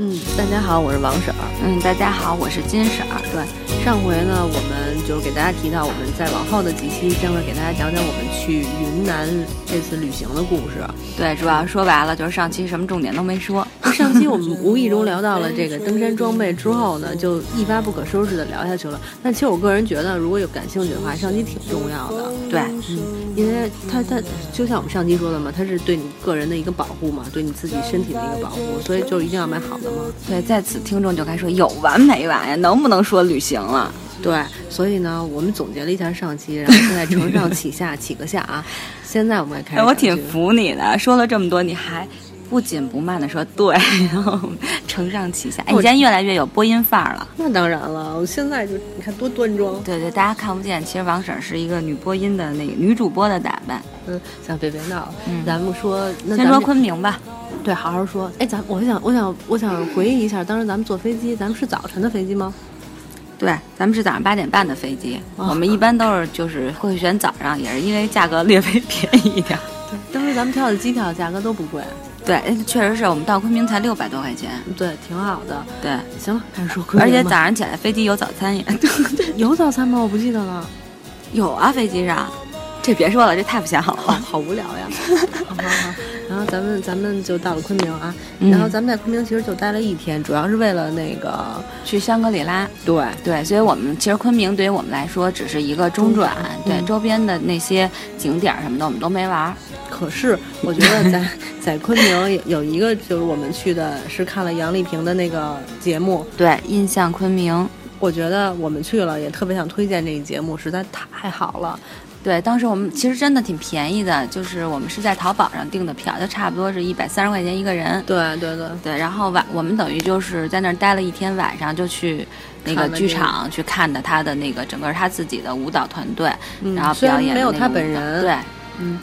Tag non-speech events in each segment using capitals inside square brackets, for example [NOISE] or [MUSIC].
嗯，大家好，我是王婶儿。嗯，大家好，我是金婶儿。对，上回呢，我们就是给大家提到，我们在往后的几期将会给大家讲讲我们去云南这次旅行的故事。对，主要说白了就是上期什么重点都没说。上期我们无意中聊到了这个登山装备之后呢，就一发不可收拾的聊下去了。但其实我个人觉得，如果有感兴趣的话，上期挺重要的。嗯对，因为它它就像我们上期说的嘛，它是对你个人的一个保护嘛，对你自己身体的一个保护，所以就一定要买好的嘛。对，在此听众就该说有完没完呀？能不能说旅行了？对，所以呢，我们总结了一下上期，然后现在承上启 [LAUGHS] 下，启个下啊。现在我们开始哎，讲我这个，挺服你的，说了这么多，你还不紧不慢的说对， [LAUGHS] 然后承上启下。哎，你我今天越来越有播音范儿了。那当然了，我现在就你看多端庄。对对，大家看不见，其实王婶儿是一个女播音的那个女主播的打扮。嗯，咱别别闹，嗯咱们说，那咱先们说昆明吧，对，好好说。哎，咱我想，我想，我想回忆一下，当时咱们坐飞机，咱们是早晨的飞机吗？对，咱们是早上八点半的飞机，哦我们一般都是就是会选早上，也是因为价格略微便宜一点儿。当时咱们挑的机票价格都不贵，对，哎确实是我们到昆明才六百多块钱。对，挺好的。对，行了，开始说昆而明吧。且早上起来飞机有早餐也 [LAUGHS] [LAUGHS] 有早餐吗？我不记得了。有啊，飞机上。这别说了，这太不显好好了。好无聊呀。啊 [LAUGHS] 好好好，然后咱们咱们就到了昆明啊，嗯然后咱们在昆明其实就待了一天，主要是为了那个去香格里拉，对。对，所以我们其实昆明对于我们来说只是一个中转，对嗯周边的那些景点儿什么的我们都没玩儿。可是我觉得 [LAUGHS] 在在昆明有有一个就是我们去的是看了杨丽萍的那个节目，对，印象昆明。我觉得我们去了也特别想推荐这一节目，实在太好了。对，当时我们其实真的挺便宜的，就是我们是在淘宝上订的票，就差不多是一百三十块钱一个人。对对对，对，然后晚我们等于就是在那儿待了一天，晚上就去那个看了剧这个场去看的他的那个整个他自己的舞蹈团队，嗯然后虽表然演没的有那他个本舞蹈人，对，嗯，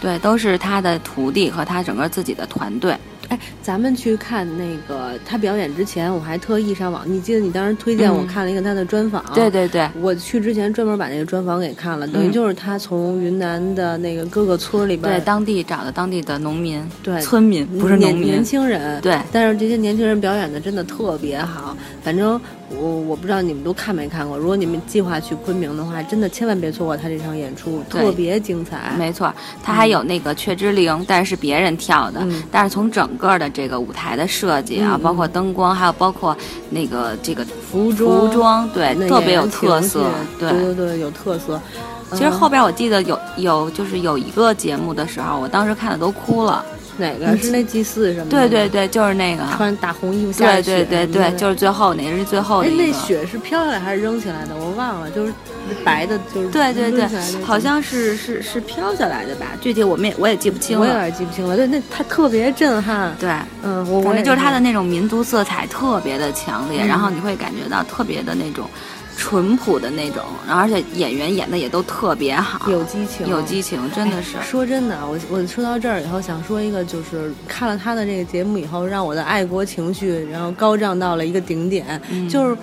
对，都是他的徒弟和他整个自己的团队。哎，咱们去看那个他表演之前，我还特意上网，你记得你当时推荐我嗯看了一个他的专访，对。对对我去之前专门把那个专访给看了，等于嗯就是他从云南的那个各个村里边对，儿，当地找的当地的农民、对村民，不是年农民年。轻人，对，但是这些年轻人表演的真的特别好，反正我我不知道你们都看没看过。如果你们计划去昆明的话，真的千万别错过他这场演出，对特别精彩。没错，他还有那个雀之灵，但是别人跳的，嗯但是从整个的这个舞台的设计啊，嗯嗯包括灯光，还有包括那个这个服装，服装，对，那特别演有员特情色绪。对，对对对，有特色。其实嗯后边我记得有有就是有一个节目的时候，我当时看的都哭了。嗯哪个是那祭祀什么的？对对，对，就是那个，嗯穿大红衣服下着对对雪对什么对，的就是最后哦那是最后的哎，一那个。雪是飘下来还是扔起来的？我忘了，就是白的，就是对对抡对起来那，种好像是是是飘下来的吧，具体我们也我也记不清我有了。点记不清了。对，那它特别震撼。对，嗯，我我反也正就是它的是那种民族色彩特别的强烈，嗯然后你会感觉到特别的那种淳朴的那种，然后而且演员演的也都特别好，有激情，有激情，真的是。说真的啊，我我说到这儿以后，想说一个，就是看了他的这个节目以后，让我的爱国情绪然后高涨到了一个顶点。嗯就是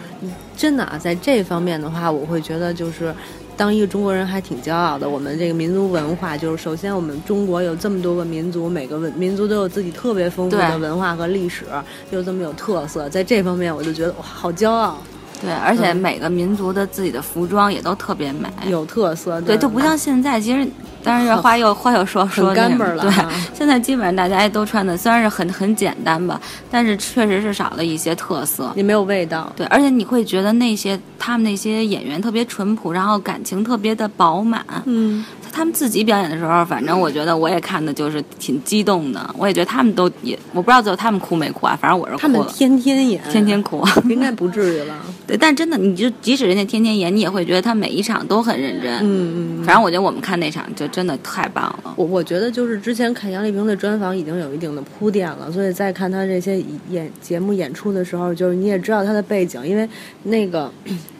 真的啊，在这方面的话，我会觉得就是。当一个中国人还挺骄傲的。我们这个民族文化，就是首先我们中国有这么多个民族，每个文民族都有自己特别丰富的对文化和历史，又这么有特色，在这方面我就觉得哇，好骄傲，对，而且嗯每个民族的自己的服装也都特别美。有特色。哎对，就不像现在，其实当然话又话又说说那干什么巴了对啊，现在基本上大家也都穿的虽然是很很简单吧，但是确实是少了一些特色。也没有味道。对，而且你会觉得那些他们那些演员特别淳朴，然后感情特别的饱满。嗯，他们自己表演的时候，反正我觉得我也看的就是挺激动的。我也觉得他们都也，我不知道最后他们哭没哭啊，反正我是他哭们了，天天演，天天哭。应该不至于吧？ [LAUGHS] 对，但真的，你就即使人家天天演，你也会觉得他每一场都很认真。嗯嗯。反正我觉得我们看那场就真的太棒了。我我觉得就是之前看杨丽萍的专访已经有一定的铺垫了，所以在看她这些演节目演出的时候，就是你也知道她的背景，因为那个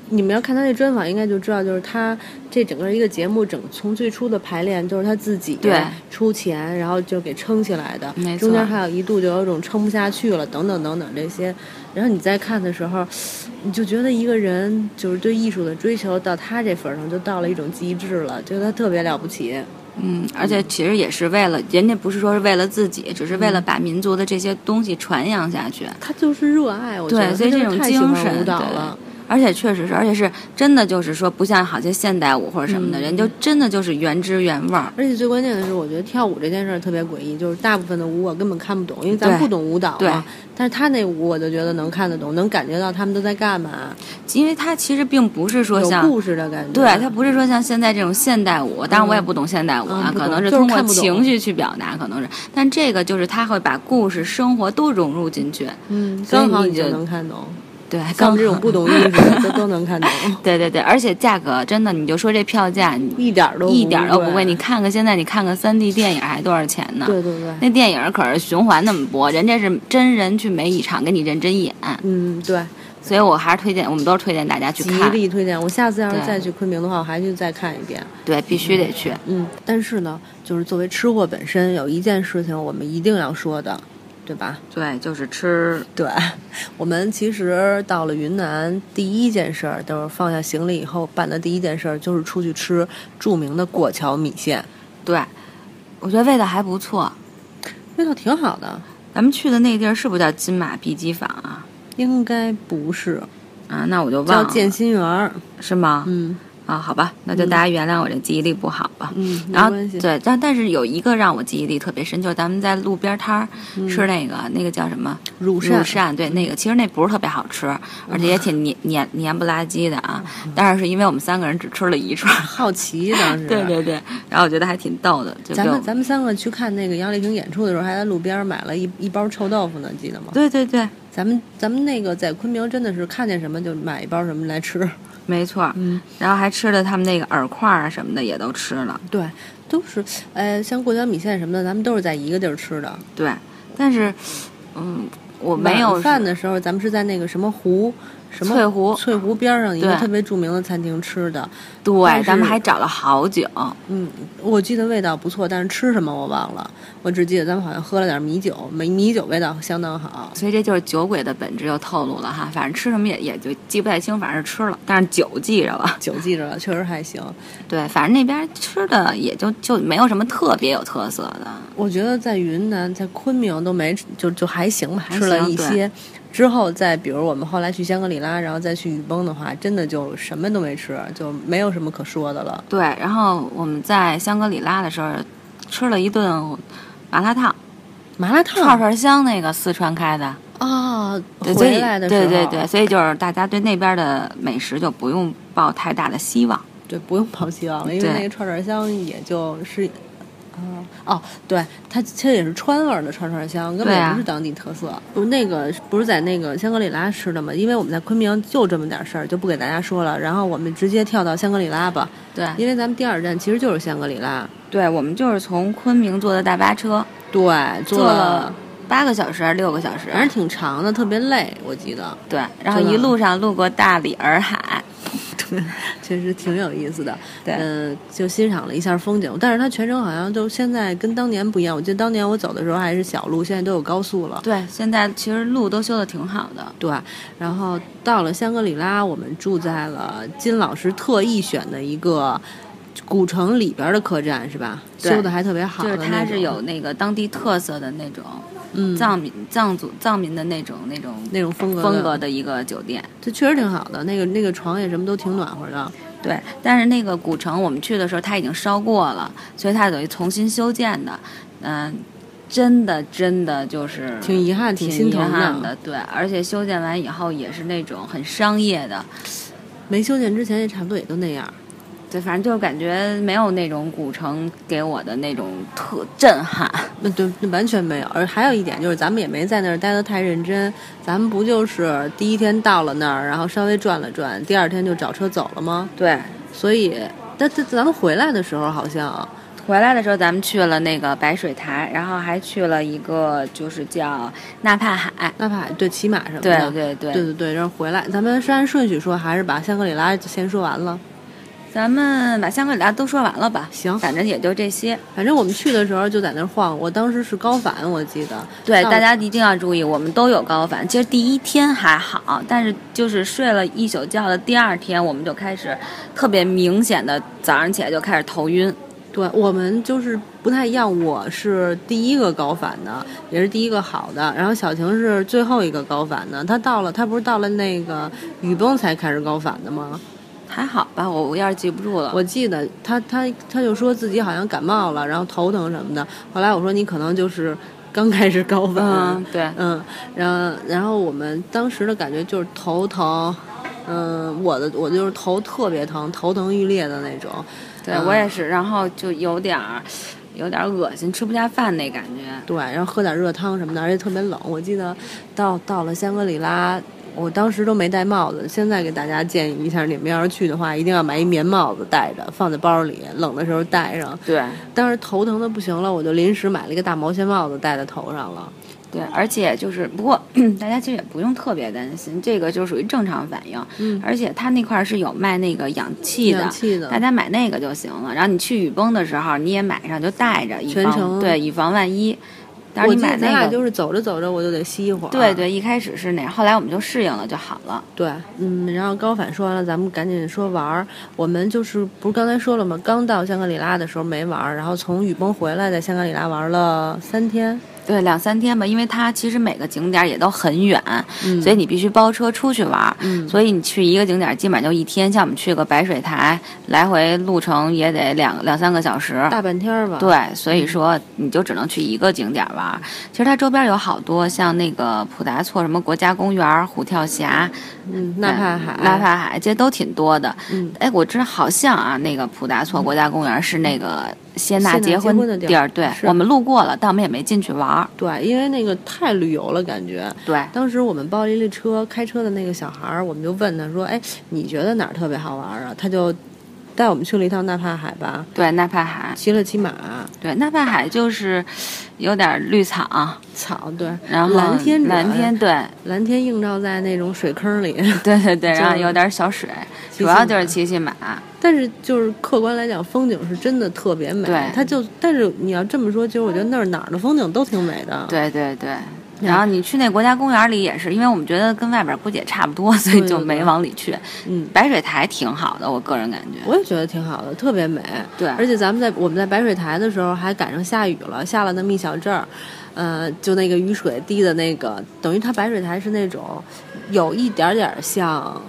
你们要看她那专访，应该就知道就是她这整个一个节目整从最初的排练就是她自己对出钱，然后就给撑起来的没，错中间还有一度就有一种撑不下去了，等等等等这些，然后你再看的时候，你就觉得一个人就是对艺术的追求到她这份儿上就到了一种极致了，觉得她特别了不起。嗯，而且其实也是为了人家，不是说是为了自己，只是为了把民族的这些东西传扬下去。他就是热爱，我觉得对所以他就是这种太喜精欢神舞蹈对了。而且确实是，而且是真的，就是说不像好些现代舞或者什么的，嗯人就真的就是原汁原味儿。而且最关键的是，我觉得跳舞这件事儿特别诡异，就是大部分的舞我根本看不懂，因为咱对不懂舞蹈对嘛。但是他那舞我就觉得能看得懂，能感觉到他们都在干嘛，因为它其实并不是说有像故事的感觉。对，它不是说像现在这种现代舞，当然我也不懂现代舞啊，嗯不懂可能是就是通过看不懂情绪去表达，可能是，但这个就是它会把故事、生活都融入进去，嗯，所以刚好你你就就能看懂。对，像刚我这种好不懂艺术的 [LAUGHS] 都都能看懂，对对对，而且价格真的，你就说这票价，你一点儿都 [LAUGHS] 一点儿都不贵。贵。你看看现在，你看个三 D 电影还多少钱呢？对对对，那电影可是循环那么播，人家是真人去每一场给你认真演，嗯对，所以我还是推荐，我们都是推荐大家去极看，力推荐。我下次要是对再去昆明的话，我还去再看一遍。对，必须得去。嗯，但是呢，就是作为吃货本身，有一件事情我们一定要说的，对吧？对，就是吃，对， [LAUGHS] 我们其实到了云南，第一件事儿就是放下行李以后办的第一件事儿就是出去吃著名的过桥米线，对，我觉得味道还不错。味道挺好的，咱们去的那地儿是不是叫金马碧鸡坊啊？应该不是啊，那我就忘叫了，建新园儿。是吗？嗯啊，好吧，那就大家原谅我这记忆力不好吧。嗯，没然后关系。啊对，但但是有一个让我记忆力特别深，就是咱们在路边摊儿吃那个、嗯那个叫什么乳乳扇，扇，对，那个其实那不是特别好嗯吃，而且也挺黏黏黏不拉几的啊。但是是因为我们三个人只吃了一串儿， [LAUGHS] 好奇当时。 [LAUGHS] 对对对，然后我觉得还挺逗的，就咱给我们咱们三个去看那个杨丽萍演出的时候，还在路边儿买了一一包臭豆腐呢，记得吗？对对对，咱们咱们那个在昆明真的是看见什么就买一包什么来吃。没错儿。嗯，然后还吃了他们那个饵块儿啊什么的也都吃了，对，都是，呃，像过桥米线什么的，咱们都是在一个地儿吃的。对。但是，嗯，我没有晚饭的时候，咱们是在那个什么湖，什么翠湖，翠湖边上一个对特别著名的餐厅吃的。对，但咱们是还找了好久。嗯，我记得味道不错，但是吃什么我忘了。我只记得咱们好像喝了点米酒，米米酒味道相当好。所以这就是酒鬼的本质又透露了哈。反正吃什么也也就记不太清，反正吃了，但是酒记着了。 [LAUGHS] 酒记着了，确实还行。对，反正那边吃的也就就没有什么特别有特色的。我觉得在云南，在昆明都没就就还行吧，还吃了行一对些。之后再比如我们后来去香格里拉，然后再去雨崩的话，真的就什么都没吃，就没有什么可说的了。对，然后我们在香格里拉的时候吃了一顿麻辣烫，麻辣烫串串香那个四川开的。啊，对，所以嗯回来的时候，对对对，所以就是大家对那边的美食就不用抱太大的希望。对不用抱希望了，因为对那个串串香也就是，啊、哦，对，它其实也是川味儿的串串香，根对本啊不是当地特色。不，那个不是在那个香格里拉吃的嘛，因为我们在昆明就这么点事儿，就不给大家说了。然后我们直接跳到香格里拉吧，对，因为咱们第二站其实就是香格里拉。对我们就是从昆明坐的大巴车，对，坐坐了八个小时还是六个小时， [LAUGHS] 反正挺长的，特别累，我记得，对，然后真的一路上路过大理洱海，确实挺有意思的。对嗯、就欣赏了一下风景，但是它全程好像就现在跟当年不一样。我记得当年我走的时候还是小路，现在都有高速了。对，现在其实路都修的挺好的，对，然后到了香格里拉，我们住在了金老师特意选的一个古城里边的客栈，是吧？对修的还特别好就的是那种，它是有那个当地特色的那种嗯藏民藏族藏民的那种那种那种风格的风格，的一个酒店。这确实挺好的。那个那个床也什么都挺暖和的，对，但是那个古城我们去的时候它已经烧过了，所以它等于重新修建的，嗯、真的真的就是挺遗憾，挺心遗疼憾的，对，而且修建完以后也是那种很商业的，没修建之前也差不多也都那样。对，反正就是感觉没有那种古城给我的那种特震撼。那对，那完全没有。而还有一点就是，咱们也没在那儿待得太认真。咱们不就是第一天到了那儿，然后稍微转了转，第二天就找车走了吗？对，所以，但但咱们回来的时候好像，回来的时候咱们去了那个白水台，然后还去了一个就是叫纳帕海。哪怕对骑马什么对的，对对，嗯对对对，然后回来，咱们是按顺序说，还是把香格里拉先说完了？咱们把香格里拉都说完了吧？行反正也就这些。反正我们去的时候就在那儿晃，我当时是高反，我记得。对，到大家一定要注意，我们都有高反。其实第一天还好，但是就是睡了一宿觉的第二天，我们就开始特别明显的早上起来就开始头晕。对我们就是不太一样，我是第一个高反的，也是第一个好的，然后小婷是最后一个高反的。她到了，她不是到了那个雨崩才开始高反的吗？还好吧，我我要是记不住了，我记得她她她就说自己好像感冒了，然后头疼什么的。后来我说你可能就是刚开始高反，嗯对，嗯，然后然后我们当时的感觉就是头疼，嗯，我的我就是头特别疼，头疼欲裂的那种。对嗯我也是，然后就有点儿，有点儿恶心，吃不下饭那感觉。对，然后喝点热汤什么的，而且特别冷。我记得到到了香格里拉，我当时都没戴帽子。现在给大家建议一下，你们要是去的话，一定要买一棉帽子戴着，放在包里，冷的时候戴上。对当时头疼的不行了，我就临时买了一个大毛线帽子戴在头上了。对，而且就是，不过 [CLEARS THROAT] 大家其实也不用特别担心，这个就属于正常反应。嗯，而且它那块儿是有卖那个氧气的，氧气大的，家买那个就行了。然后你去雨崩的时候，你也买上，就带着，以全防程对，以防万一。但我是记你得买咱俩那就个，是走着走着我就得吸一会儿。对对，一开始是那样，后来我们就适应了就好了。对，嗯，然后高反说完了，咱们赶紧说玩儿。我们就是不是刚才说了吗？刚到香格里拉的时候没玩儿，然后从雨崩回来，在香格里拉玩了三天。对，两三天吧，因为它其实每个景点也都很远，嗯所以你必须包车出去玩儿。嗯所以你去一个景点基本上就一天，像我们去个白水台，来回路程也得两两三个小时。大半天儿吧。，对，所以说你就只能去一个景点玩嗯儿。其实它周边有好多，像那个普达措什么国家公园、虎跳峡、嗯，纳帕海，纳，帕海，这都挺多的。嗯，哎，我知道好像啊，那个普达措国家公园是那个谢娜谢娜结结婚婚的地儿地儿，对是我们路过了，但我们也没进去玩儿。对，因为那个太旅游了，感觉。对。当时我们包了一辆车，开车的那个小孩儿，我们就问他说：“哎，你觉得哪儿特别好玩儿啊？”他就带我们去了一趟纳帕海吧，对，纳帕海，骑了骑马，对，纳帕海就是有点儿绿草，草对，然后蓝天蓝转 [LAUGHS] 天，对，蓝天映照在那种水坑里。 [LAUGHS] 对对对，就然后有点小水，骑主骑要就是马嗯骑骑马。但是就是客观来讲，风景是真的特别美对。它就，但是你要这么说，其实我觉得那儿哪儿的风景都挺美的。对对对。然后你去那国家公园里也是，因为我们觉得跟外边估计也差不多，所以对就对没往里去。嗯，白水台挺好的，我个人感觉。我也觉得挺好的，特别美。对，而且咱们在我们在白水台的时候还赶上下雨了，下了那么一小阵儿，呃，就那个雨水滴的那个，等于它白水台是那种有一点点像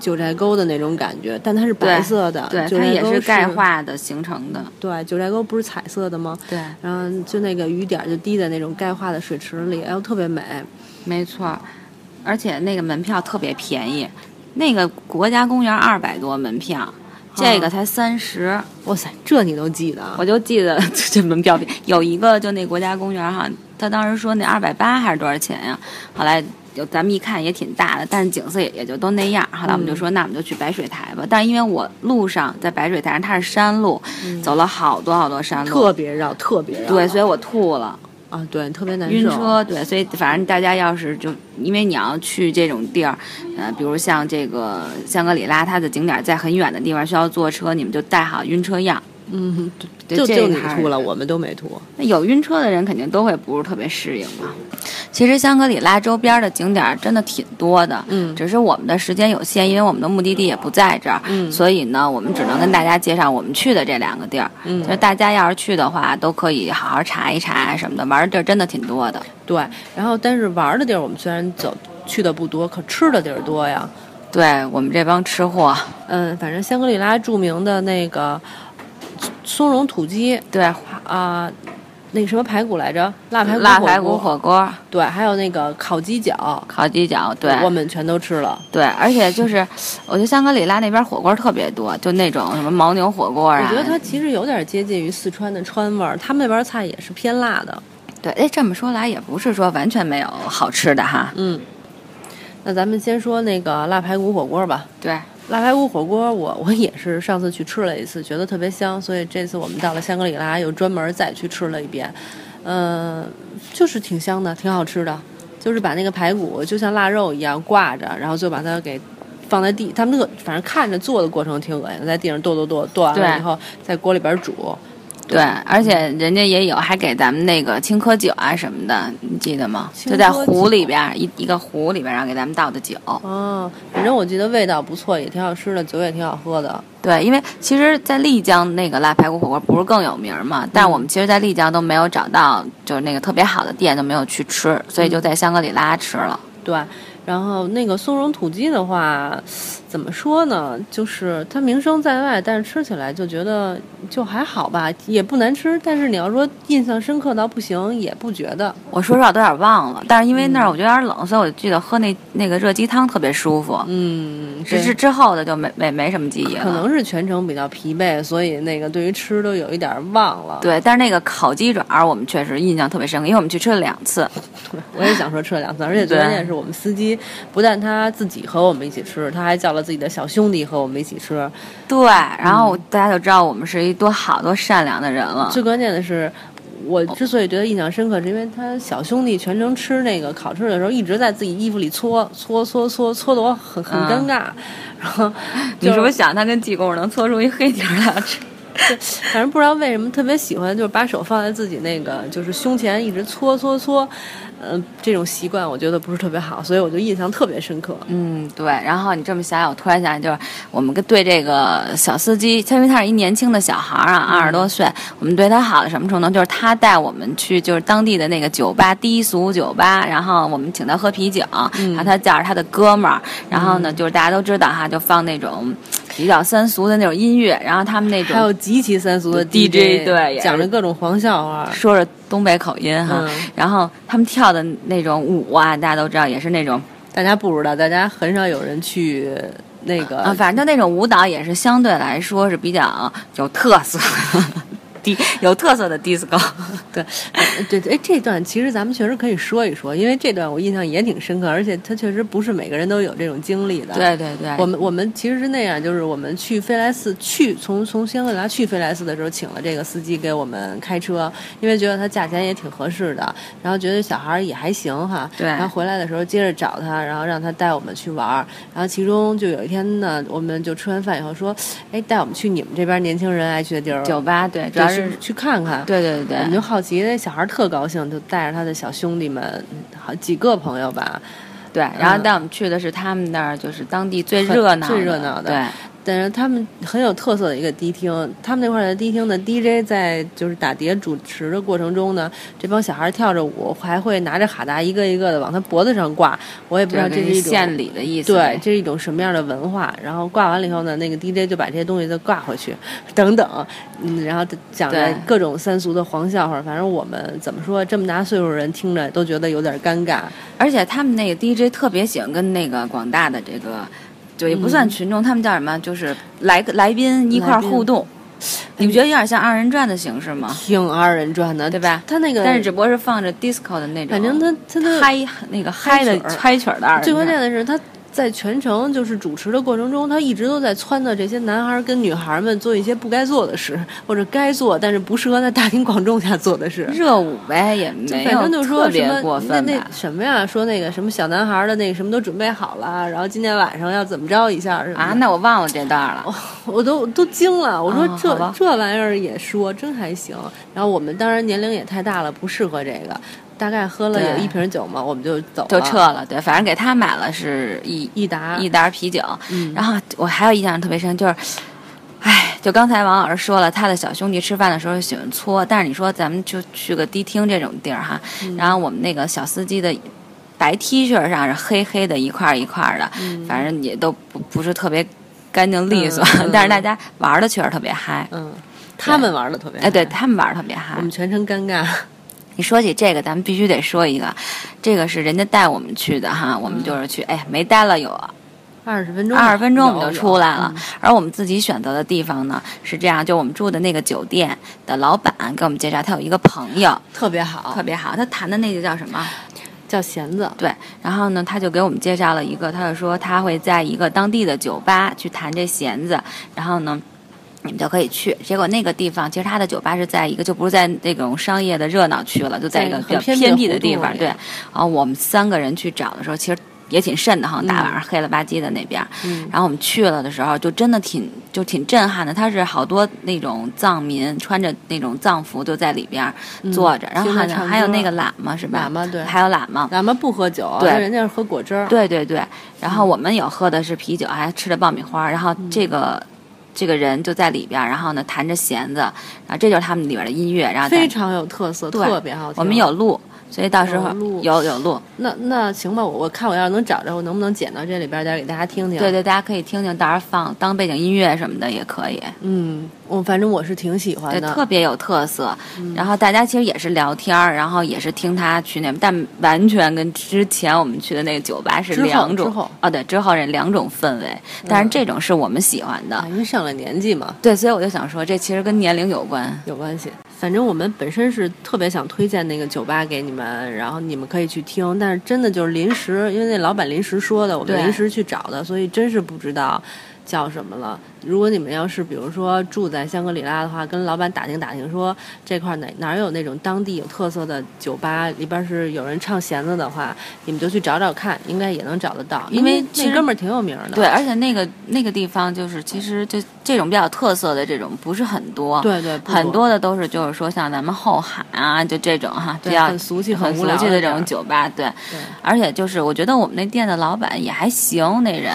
九寨沟的那种感觉，但它是白对色的，对，九它寨也沟是是钙，化的形成的。对，九寨沟不是彩色的吗？对，然后就那个雨点儿就滴在那种钙化的水池里，然后特别美。没错。而且那个门票特别便宜，那个国家公园二百多门啊票，这个才三十。哇塞，这你都记得啊？我就记得 [LAUGHS] 这门票有一个，就那国家公园哈，他当时说那二百八还是多少钱呀、后来有咱们一看也挺大的，但是景色也也就都那样。后来我嗯们就说，那我们就去白水台吧。但是因为我路上在白水台上它是山路，走了好多好多山路，嗯特别绕，特别绕。对，所以我吐了，啊，对，特别难受。晕车，对，所以反正大家要是就因为你要去这种地儿，呃，比如像这个香格里拉，它的景点在很远的地方需要坐车，你们就带好晕车药。嗯，对就这就个你还是吐了，我们都没吐。那有晕车的人肯定都会不是特别适应嘛。其实香格里拉周边的景点儿真的挺多的，嗯只是我们的时间有限，因为我们的目的地也不在这儿，嗯所以呢，我们只能跟大家介绍我们去的这两个地儿。嗯就是大家要是去的话，都可以好好查一查什么的，玩儿的地儿真的挺多的。对，然后但是玩儿的地儿我们虽然走去的不多，可吃的地儿多呀。对我们这帮吃货，嗯，反正香格里拉著名的那个松茸土鸡对啊、那个什么排骨来着，腊排骨辣火排骨锅火锅、对，还有那个烤鸡脚，烤鸡脚，对我们全都吃了。对，而且就是，我觉得香格里拉那边火锅特别多，就那种什么牦牛火锅啊，我觉得它其实有点接近于四川的川味儿，他们那边儿菜也是偏辣的。对，哎，这么说来也不是说完全没有好吃的哈。嗯，那咱们先说那个腊排骨火锅吧。对，腊排骨火锅我， [LAUGHS] 我也是上次去吃了一次，觉得特别香，所以这次我们到了香格里拉又专门再去吃了一遍，嗯、就是挺香的，挺好吃的，就是把那个排骨就像腊肉一样挂着，然后就把它给放在地，他们那个反正看着做的过程挺恶心的，在地上剁剁剁，剁完了对以后在锅里边煮，对，而且人家也有，还给咱们那个青稞酒啊什么的，你记得吗？青稞就在湖里边儿一一个湖里边儿，然后给咱们倒的酒。哦，反正我记得味道不错，也挺好吃的，酒也挺好喝的。对，因为其实，在丽江那个辣排骨火锅不是更有名儿嘛？嗯但我们其实，在丽江都没有找到就是那个特别好的店，都没有去吃，所以嗯就在香格里拉吃了。对，然后那个松茸土鸡的话，怎么说呢？就是它名声在外，但是吃起来就觉得就还好吧，也不难吃。但是你要说印象深刻到不行，也不觉得。我说实话，都有点忘了，但是因为那嗯儿我觉得有点冷，所以我记得喝那那个热鸡汤特别舒服。嗯，之之之后的就没没没什么记忆可了。能是全程比较疲惫，所以那个对于吃都有一点儿忘了。对，但是那个烤鸡爪儿我们确实印象特别深刻，因为我们去吃了两次。我也想说吃了两次，而且最关键是我们司机不但他自己和我们一起吃，他还叫了自己的小兄弟和我们一起吃。对，然后大家就知道我们是一多好多善良的人了。最关键的是，我之所以觉得印象深刻，是因为他小兄弟全程吃那个烤翅的时候，一直在自己衣服里搓搓搓搓搓的，我很很尴尬。然后就嗯你是不是想他跟济公能搓出一黑泥儿来吃？反正不知道为什么特别喜欢，就是把手放在自己那个就是胸前一直搓搓搓，嗯、这种习惯我觉得不是特别好，所以我就印象特别深刻。嗯，对。然后你这么想想，我突然想起，就是我们跟对这个小司机，因为他是一年轻的小孩儿啊，嗯二十多岁，我们对他好到什么程度？就是他带我们去就是当地的那个酒吧，低俗酒吧，然后我们请他喝啤酒，嗯然后他叫着他的哥们儿，然后呢，就是大家都知道哈，就放那种比较三俗的那种音乐，然后他们那种还有极其三俗的 DJ 对也是讲着各种黄笑话。说着东北口音哈，嗯然后他们跳的那种舞啊，大家都知道也是那种大家不知道，大家很少有人去那个。啊，反正那种舞蹈也是相对来说是比较有特色的迪有特色的 disco。对，呃对，哎，这段其实咱们确实可以说一说，因为这段我印象也挺深刻，而且它确实不是每个人都有这种经历的。，对对对，我们我们其实是那样，就是我们去飞来寺去从从香格里拉去飞来寺的时候，请了这个司机给我们开车，因为觉得他价钱也挺合适的，然后觉得小孩儿也还行哈。对然后回来的时候接着找他，然后让他带我们去玩儿。然后其中就有一天呢，我们就吃完饭以后说，哎，带我们去你们这边年轻人爱去的地儿，酒吧对，主就要是嗯是去看看。对对对我们就好奇，那小孩儿特高兴，就带着他的小兄弟们，嗯好几个朋友吧。对，嗯然后带我们去的是他们那儿就是当地最热闹的最热闹的对。但是他们很有特色的一个迪厅，他们那块儿的迪厅的 DJ 在就是打碟主持的过程中呢，这帮小孩儿跳着舞，还会拿着哈达一个一个的往他脖子上挂。我也不知道这这是一种献礼的意思，对，这是一种什么样的文化？然后挂完了以后呢，那个 DJ 就把这些东西再挂回去，等等，嗯，然后讲着对各种三俗的黄笑话，反正我们怎么说，这么大岁数人听着都觉得有点尴尬。而且他们那个 DJ 特别喜欢跟那个广大的这个，就也不算群众，他们叫什么？就是来个来宾一块嗯儿来宾嗯互动。你们觉得有点像二人转的形式吗？挺二人转的，对吧他那个，啊但是只不过是放着 disco 的那种，反正他他的嗨那个嗨的嗨曲儿嗨曲儿的二人转。最关键的是他。在全程就是主持的过程中，他一直都在撺掇这些男孩儿跟女孩儿们做一些不该做的事， [LAUGHS] 或者该做但是不适合在大庭广众下做的事。热舞呗，也嗯没反有正就特说什别么过那分那吧。什么呀，说那个什么小男孩儿的那个什么都准备好了，然后今天晚上要怎么着一下什么的啊，那我忘了这段儿哦了。 [LAUGHS] 我都都惊了，我说啊这、好吧这玩意儿也说，真还行。然后我们当然年龄也太大了，不适合这个，大概喝了有对一瓶酒嘛，我们就走了，就撤了，对，反正给他买了是一一打一打啤酒，嗯然后我还有印象特别深，就是，唉，就刚才王老师说了，他的小兄弟吃饭的时候喜欢搓，但是你说咱们就去个迪厅这种地儿哈，嗯然后我们那个小司机的白 T 恤上是黑黑的一块儿一块儿的，反正也都不不是特别干净利索，嗯嗯嗯 [LAUGHS] 但是大家玩的确实特别嗨。嗯，他们玩的特别哎，对嗨他们玩的特别嗨我，们全程尴尬，你说起这个，咱们必须得说一个，这个是人家带我们去的哈，我嗯们就是去，哎，没待了有二十分钟吧，二十分钟我们有嗯就出来嗯了。。嗯而我们自己选择的地方呢是这样，就我们住的那个酒店的老板给我们介绍，他有一个朋友有特别好，特别好，他弹的那个叫什么？叫弦子，对，然后呢，他就给我们介绍了一个，他就说他会在一个当地的酒吧去弹这弦子，然后呢。你们就可以去，结果那个地方其实他的酒吧是在一个就不是在那种商业的热闹区了，就在一个在比很较偏僻的偏僻的胡同地方。里对，然后我们三个人去找的时候，其实也挺瘆得慌，大晚上嗯黑了吧唧的那边儿。然后我们去了的时候，就真的挺就挺震撼的。它是好多那种藏民穿着那种藏服就在里边儿坐着，然嗯后听着好像唱还有歌那个喇嘛是吧？喇嘛对还有喇嘛。咱们不喝酒啊，对那人家是喝果汁儿。对对对，嗯然后我们有喝的是啤酒，还吃的爆米花，然后这个、这个人就在里边儿，然后呢弹着弦子，然后这就是他们里边儿的音乐，然后非在常有特色，啊对特别好听。我们有录，所以到时候有录有有录，那那行吧，我我看我要是能找着，我能不能剪到这里边儿，再给大家听听。对，对，大家可以听听，到时候放当背景音乐什么的也可以，嗯，我反正我是挺喜对，欢特的。嗯别有特色。然后大家其实也是聊天儿，然后也是听他去那，但完全跟之前我们去的那个酒吧是之后两种之后嗯啊，对，之后是两种氛围，但是这种是我们喜欢的。啊因为上了年纪嘛，对，所以我就想说，这其实跟年龄有关。有关系。反正我们本身是特别想推荐那个酒吧给你们，然后你们可以去听。但是真的就是临时，因为那老板临时说的，我们对临时去找的，所以真是不知道叫什么了。如果你们要是比如说住在香格里拉的话，跟老板打听打听说，这块儿哪哪儿有那种当地有特色的酒吧，里边是有人唱弦子的话，你们就去找找看，应该也能找得到。因因为为嗯其那实哥们儿挺有名儿的，对，而且那个那个地方就是，其实就这种比较有特色的这种不是很多，，对对，不很多的都是就是说像咱们后海啊，就这种哈，比对较很俗气很无俗聊气的这地儿种酒吧，对。对而且就是，我觉得我们那店的老板也还行，那人。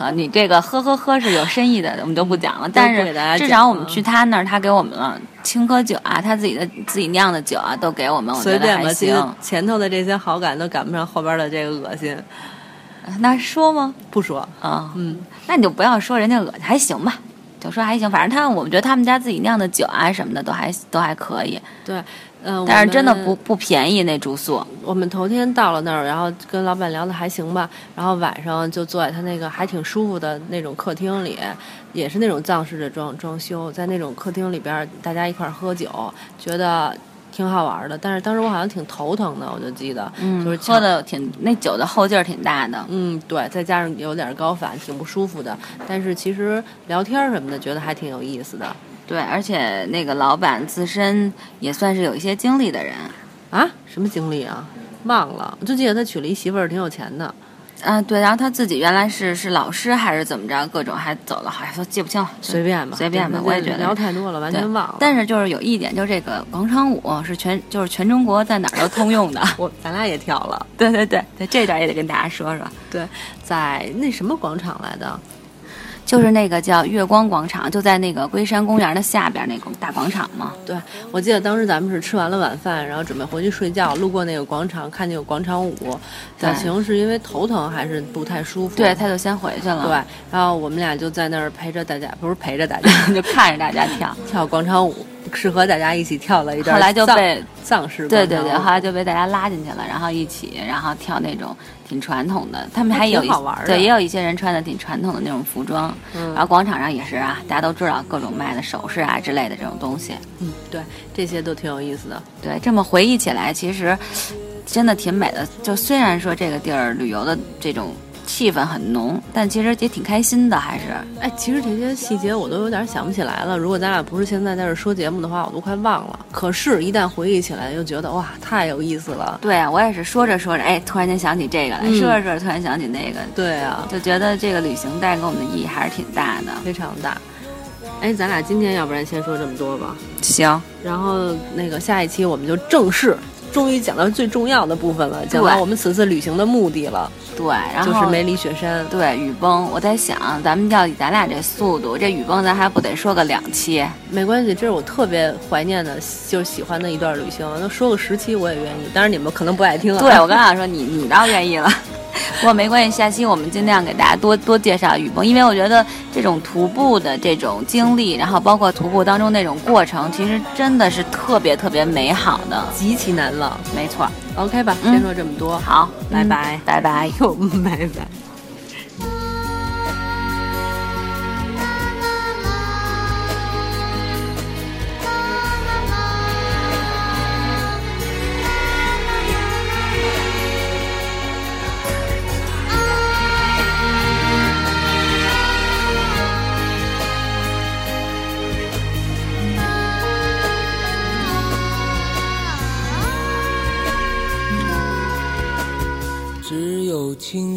啊，你这个呵呵呵是有深意的，我们就不讲了。但不给大家是至讲少我们了去他那儿，他给我们了青稞酒啊，他自己的自己酿的酒啊，都给我们，我觉随得便还吧，其实行。前头的这些好感都赶不上后边的这个恶心。那说吗？不说，啊，嗯，那你就不要说人家恶还行吧，就说还行。反正他，我们觉得他们家自己酿的酒啊什么的都还都还可以，对，呃，但是真的我们不。不便宜那住宿。我们头天到了那儿，然后跟老板聊的还行吧，然后晚上就坐在他那个还挺舒服的那种客厅里，也是那种藏式的装装修，在那种客厅里边儿，大家一块儿喝酒，觉得挺好玩的。但是当时我好像挺头疼的，我就记得，嗯，就是喝的挺那酒的后劲儿挺大的。嗯，对，再加上有点高反，挺不舒服的。但是其实聊天儿什么的，觉得还挺有意思的对，而且那个老板自身也算是有一些经历的人，啊。什么经历啊？忘了，我就记得他娶了一媳妇儿，挺有钱的。啊，对，然后他自己原来是是老师还是怎么着，各种还走了，好像都记不清了，随便吧，随便吧对，我也觉聊得。太多了，完对全忘了。但是就是有一点，就是这个广场舞是全就是全中国在哪儿都通用的。 [LAUGHS] 我咱俩也跳了，对对对对，这点儿也得跟大家说说，对，在那什么广场来的，就是那个叫月光广场，就在那个龟山公园的下边那种大广场嘛。对我记得当时咱们是吃完了晚饭，然后准备回去睡觉，路过那个广场，看见有广场舞，对小晴是因为头疼还是不太舒服，对，他就先回去了，对，然后我们俩就在那儿陪着大家， [LAUGHS] 不是陪着大家 [LAUGHS] 就看着大家 [LAUGHS] 跳。跳广场舞，是和大家一起跳了一段藏，后来就被藏式对广对场舞，对，后来就被大家拉进去了，然后一起，然后跳那种挺传统的。他们还还有挺一好玩儿的对，也有一些人穿的挺传统的那种服装。嗯然后广场上也是啊，大家都知道各种卖的首饰啊之类的这种东西。嗯，对，这些都挺有意思的，对，这么回忆起来，其实真的挺美的。就虽然说这个地儿旅游的这种气氛很浓，但其实也挺开心的，还是哎，其实这些细节我都有点想不起来了。如果咱俩不是现在在这说节目的话，我都快忘了。可是，一旦回忆起来，又觉得哇，太有意思了。对啊。我也是说着说着，哎，突然间想起这个来，嗯说着说着突然想起那个，对啊，就觉得这个旅行带给我们的意义还是挺大的。非常大。哎，咱俩今天要不然先说这么多吧，行。然后那个下一期我们就正式，终于讲到最重要的部分了，讲到我们此次旅行的目的了，对，然就后是梅里雪山。对雨崩，我在想，咱们要以咱俩这速度，这雨崩咱还不得说个两期？没关系，这是我特别怀念的，就是喜欢的一段旅行。那说个十期我也愿意，当然你们可能不爱听啊。对，我刚想说你，你倒愿意了。 [LAUGHS] 不过没关系，下期我们尽量给大家多多介绍雨崩，因为我觉得这种徒步的这种经历，然后包括徒步当中那种过程，其实真的是特别特别美好的。极其难忘。没错， OK 吧，嗯先说这么多。好，拜拜嗯拜拜。 [LAUGHS] 又拜拜。只有有青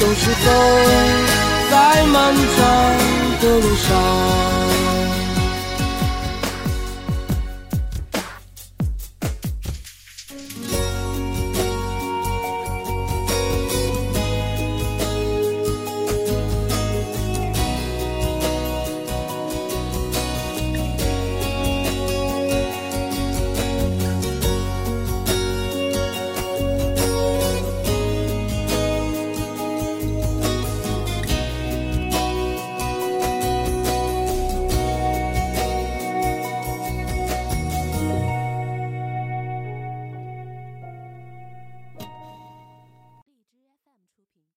总是走在漫长。的路上。